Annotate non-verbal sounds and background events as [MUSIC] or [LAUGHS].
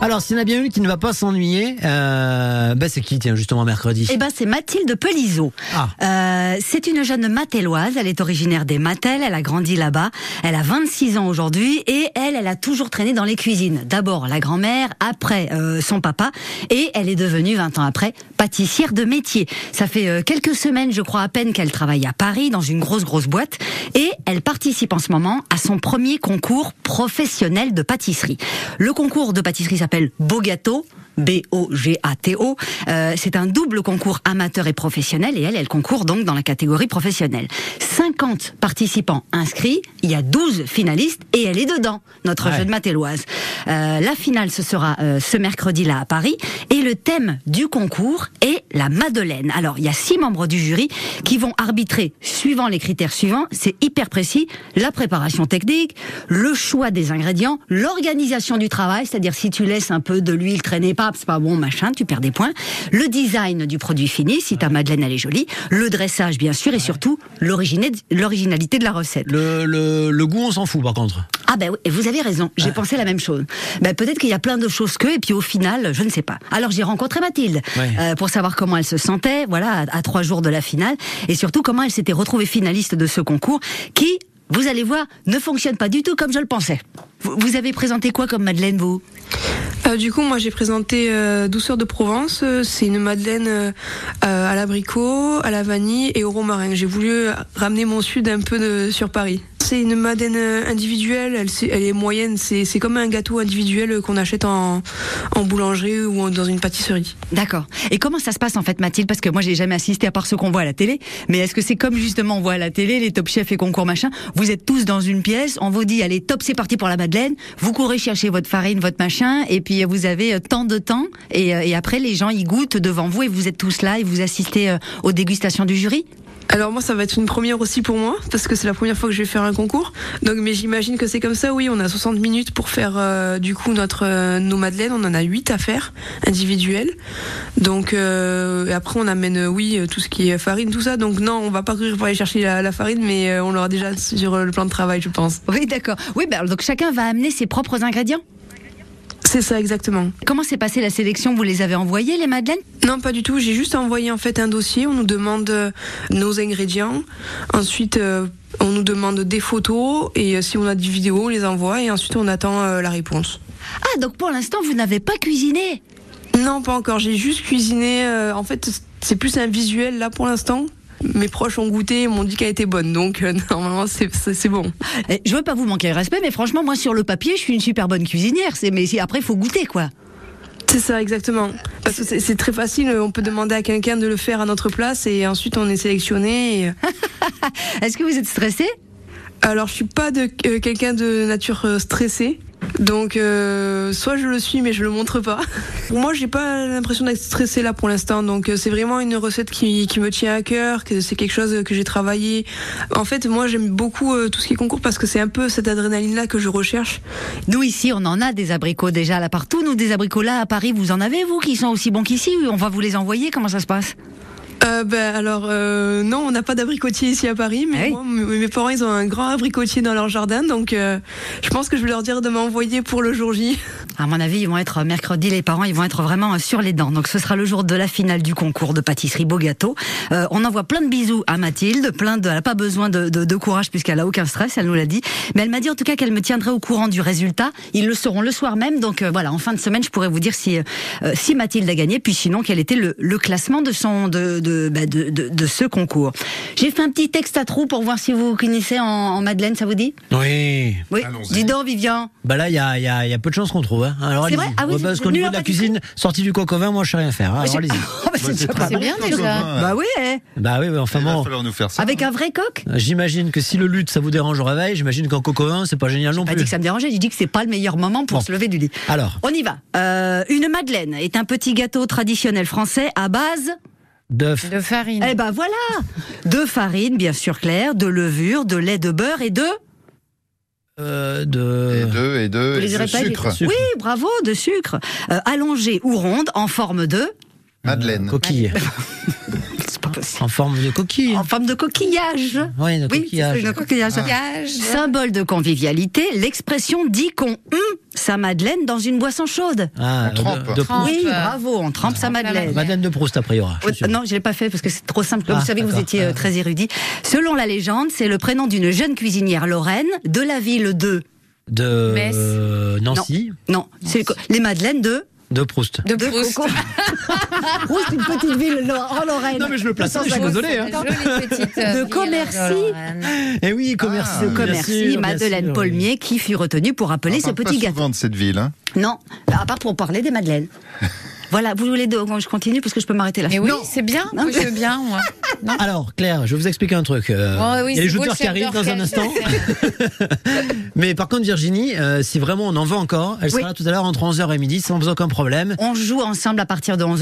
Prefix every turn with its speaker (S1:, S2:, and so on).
S1: Alors, s'il y en a bien une qui ne va pas s'ennuyer, euh, bah, c'est qui, tiens, justement, mercredi
S2: Eh ben, c'est Mathilde Pelizot.
S1: Ah.
S2: Euh, c'est une jeune matéloise. Elle est originaire des Matels. Elle a grandi là-bas. Elle a 26 ans aujourd'hui et elle, elle a toujours traîné dans les cuisines. D'abord la grand-mère, après euh, son papa, et elle est devenue 20 ans après pâtissière de métier. Ça fait euh, quelques semaines, je crois à peine, qu'elle travaille à Paris dans une grosse grosse boîte et elle participe en ce moment à son premier concours professionnel de pâtisserie. Le concours de pâtisserie s'appelle Beau Gâteau. B-O-G-A-T-O. Euh, c'est un double concours amateur et professionnel et elle, elle concourt donc dans la catégorie professionnelle. 50 participants inscrits, il y a 12 finalistes et elle est dedans, notre
S1: Ouais.
S2: jeune matéloise. Euh, la finale, ce sera euh, ce mercredi-là à Paris et le thème du concours est la Madeleine. Alors, il y a six membres du jury qui vont arbitrer suivant les critères suivants, c'est hyper précis, la préparation technique, le choix des ingrédients, l'organisation du travail, c'est-à-dire si tu laisses un peu de l'huile traîner, pas, c'est pas bon, machin, tu perds des points, le design du produit fini, si ta Madeleine elle est jolie, le dressage bien sûr et surtout l'origine- l'originalité de la recette.
S1: le, le, le goût, on s'en fout, par contre.
S2: Ah ben oui, et vous avez raison, j'ai pensé la même chose. Ben peut-être qu'il y a plein de choses que, et puis au final, je ne sais pas. Alors j'ai rencontré Mathilde
S1: Ouais.
S2: euh, pour savoir comment elle se sentait, voilà, à, à trois jours de la finale, et surtout comment elle s'était retrouvée finaliste de ce concours, qui, vous allez voir, ne fonctionne pas du tout comme je le pensais. Vous, vous avez présenté quoi comme Madeleine, vous
S3: Euh, du coup, moi j'ai présenté euh, Douceur de Provence. Euh, C'est une madeleine euh, euh, à l'abricot, à la vanille et au romarin. J'ai voulu euh, ramener mon sud un peu de- sur Paris. C'est une madeleine euh, individuelle, elle, s'est- elle est moyenne. C'est c'est comme un gâteau individuel euh, qu'on achète en, en boulangerie ou en- dans une pâtisserie.
S2: D'accord. Et comment ça se passe en fait, Mathilde Parce que moi, j'ai jamais assisté à part ce qu'on voit à la télé. Mais est-ce que c'est comme justement on voit à la télé les top chefs et concours machin Vous êtes tous dans une pièce, on vous dit allez top, c'est parti pour la Madeleine. Vous courez chercher votre farine, votre machin, et puis euh, vous avez euh, tant de temps. Et, euh, et après, les gens y goûtent devant vous et vous êtes tous là et vous assistez euh, aux dégustations du jury.
S3: Alors moi ça va être une première aussi pour moi parce que c'est la première fois que je vais faire un concours. Donc mais j'imagine que c'est comme ça oui, on a 60 minutes pour faire euh, du coup notre euh, nos madeleines, on en a 8 à faire individuelles. Donc euh, et après on amène euh, oui euh, tout ce qui est farine tout ça. Donc non, on va pas courir pour aller chercher la, la farine mais euh, on l'aura déjà sur euh, le plan de travail, je pense.
S2: Oui, d'accord. Oui, ben, alors, donc chacun va amener ses propres ingrédients.
S3: C'est ça exactement.
S2: Comment s'est passée la sélection Vous les avez envoyés les Madeleines
S3: Non, pas du tout. J'ai juste envoyé en fait un dossier. On nous demande euh, nos ingrédients. Ensuite, euh, on nous demande des photos et euh, si on a des vidéos, on les envoie et ensuite on attend euh, la réponse.
S2: Ah, donc pour l'instant, vous n'avez pas cuisiné.
S3: Non, pas encore. J'ai juste cuisiné. euh, en fait, c'est plus un visuel là pour l'instant. Mes proches ont goûté et m'ont dit qu'elle était bonne, donc euh, [LAUGHS] normalement c'est- c'est c'est bon.
S2: Eh, Je veux pas vous manquer de respect, mais franchement, moi, sur le papier, je suis une super bonne cuisinière. C'est, mais si- après, il faut goûter, quoi.
S3: C'est ça exactement. Parce que c'est- c'est très facile. On peut demander à quelqu'un de le faire à notre place et ensuite on est sélectionné. et- euh,
S2: Est-ce que vous êtes stressée
S3: Alors, je suis pas de euh, quelqu'un de nature euh, stressée. Donc, euh, soit je le suis, mais je le montre pas. [LAUGHS] Pour moi, j'ai pas l'impression d'être stressée là pour l'instant. Donc, euh, c'est vraiment une recette qui, qui me tient à cœur, que c'est quelque chose euh, que j'ai travaillé. En fait, moi, j'aime beaucoup euh, tout ce qui est concours parce que c'est un peu cette adrénaline là que je recherche.
S2: Nous, ici, on en a des abricots déjà là partout. Nous, des abricots là à Paris, vous en avez, vous, qui sont aussi bons qu'ici ou On va vous les envoyer Comment ça se passe
S3: Euh, ben alors euh, non, on n'a pas d'abricotier ici à Paris, mais
S2: Ah oui.
S3: moi, m- mes parents ils ont un grand abricotier dans leur jardin, donc euh, je pense que je vais leur dire de m'envoyer pour le jour J.
S2: À mon avis, ils vont être euh, mercredi, les parents, ils vont être vraiment euh, sur les dents. Donc, ce sera le jour de la finale du concours de pâtisserie Beau Gâteau. Euh, on envoie plein de bisous à Mathilde, plein de. Elle n'a pas besoin de, de- de courage puisqu'elle a aucun stress, elle nous l'a dit. Mais elle m'a dit en tout cas qu'elle me tiendrait au courant du résultat. Ils le sauront le soir même. Donc, euh, voilà, en fin de semaine, je pourrais vous dire si, euh, euh, si Mathilde a gagné, puis sinon, quel était le, le classement de, son, de, de, bah, de, de- de ce concours. J'ai fait un petit texte à trous pour voir si vous vous connaissez en, en Madeleine, ça vous dit
S1: Oui.
S2: Oui.
S4: Allons-y.
S2: Dis donc, Vivian.
S1: Bah là, il y a, il y a- il y a peu de chances qu'on trouve. Hein. Alors,
S2: C'est
S1: allez-y.
S2: vrai Ah oui,
S1: Ouais,
S2: c'est-
S1: parce qu'au
S2: nul
S1: niveau
S2: en
S1: de la
S2: pâtisserie.
S1: cuisine, sortie du coq au vin, moi, je sais rien faire. hein. Alors,
S2: J'ai-
S1: allez-y.
S2: [LAUGHS] Oh, bah, c'est
S4: c'est
S2: déjà
S4: très
S2: pas
S4: bien.
S2: mal.
S5: bien
S4: Encore
S5: déjà.
S4: un.
S2: Bah oui, eh.
S1: [LAUGHS] Bah oui, mais enfin
S4: Il va
S1: bon.
S4: falloir nous faire ça.
S2: avec un vrai coq
S1: J'imagine que si le lutte, ça vous dérange au réveil, j'imagine qu'en coq au vin, c'est pas génial non
S2: pas dit
S1: plus.
S2: que ça me dérangeait, j'ai dit que c'est pas le meilleur moment pour
S1: Bon.
S2: se lever du lit.
S1: Alors,
S2: On y va. Euh, une madeleine est un petit gâteau traditionnel français à base.
S1: d'œufs.
S5: De farine.
S2: Eh ben voilà, de farine bien sûr claire, de levure, de lait de beurre et de.
S1: euh,
S4: Et
S1: de...
S4: deux, et deux,
S2: Vous
S4: et
S2: les
S4: deux.
S2: aurez pas eu.
S4: Sucre.
S1: Sucre.
S2: Oui, bravo, de sucre euh, allongée ou ronde en forme de.
S4: Madeleine.
S1: Coquille.
S2: C'est pas possible.
S1: En forme de coquille.
S2: En forme de coquillage.
S1: Oui, de
S2: Oui,
S1: coquillage.
S2: c'est ça, de coquillage. Symbole de convivialité, l'expression dit qu'on hum sa Madeleine dans une boisson chaude.
S1: Ah,
S4: On trempe.
S1: de- de-
S5: Trempe.
S2: Oui,
S5: euh,
S2: bravo, on trempe sa Madeleine.
S1: Madeleine de Proust, après, il y aura. Oh, je
S2: Oui,
S1: suis sûr.
S2: Euh, non, je l'ai pas fait parce que c'est trop simple. Comme
S1: Ah,
S2: vous savez, que vous
S1: d'accord.
S2: étiez euh,
S1: Ah,
S2: très érudit. Selon la légende, c'est le prénom d'une jeune cuisinière lorraine de la ville de.
S1: De
S5: Metz.
S1: euh, Nancy,
S2: Non, c'est le co- les Madeleines de.
S1: de Proust.
S5: De Proust. [LAUGHS]
S2: Coco. Proust, une petite ville lo- en Lorraine.
S1: Non, mais je le place,
S2: Sans
S1: je suis
S2: accent.
S1: désolé, hein.
S5: Jolie petite, euh,
S2: De
S5: ville,
S2: Commercy.
S5: Lorraine.
S1: Eh oui, commerce.
S4: Ah,
S1: bien sûr,
S2: Commercy,
S1: bien
S2: Madeleine
S1: sûr. Ah, bah,
S2: Paulmier, qui fut retenue pour appeler
S4: On
S2: ce
S4: parle
S2: petit
S4: pas
S2: gâteau.
S4: souvent de cette ville. Hein.
S2: Non, à part pour parler des Madeleines. voilà, vous voulez. de- Je continue parce que je peux m'arrêter là.
S5: Mais oui,
S2: Non.
S5: c'est bien.
S2: Non.
S5: Moi, je veux bien, moi. Non.
S1: Alors, Claire, je vais vous expliquer un truc. euh,
S5: Bon, Oh, oui,
S1: il y a les
S5: c'est beau,
S1: jouteurs
S5: le
S1: qui arrivent
S5: chef
S1: dans un
S5: d'orchestre.
S1: instant.
S5: [LAUGHS]
S1: Mais par contre, Virginie, euh, si vraiment on en veut encore, elle
S2: Oui.
S1: sera là tout à l'heure entre 11h et midi, sans aucun problème.
S2: On joue ensemble à partir de 11h.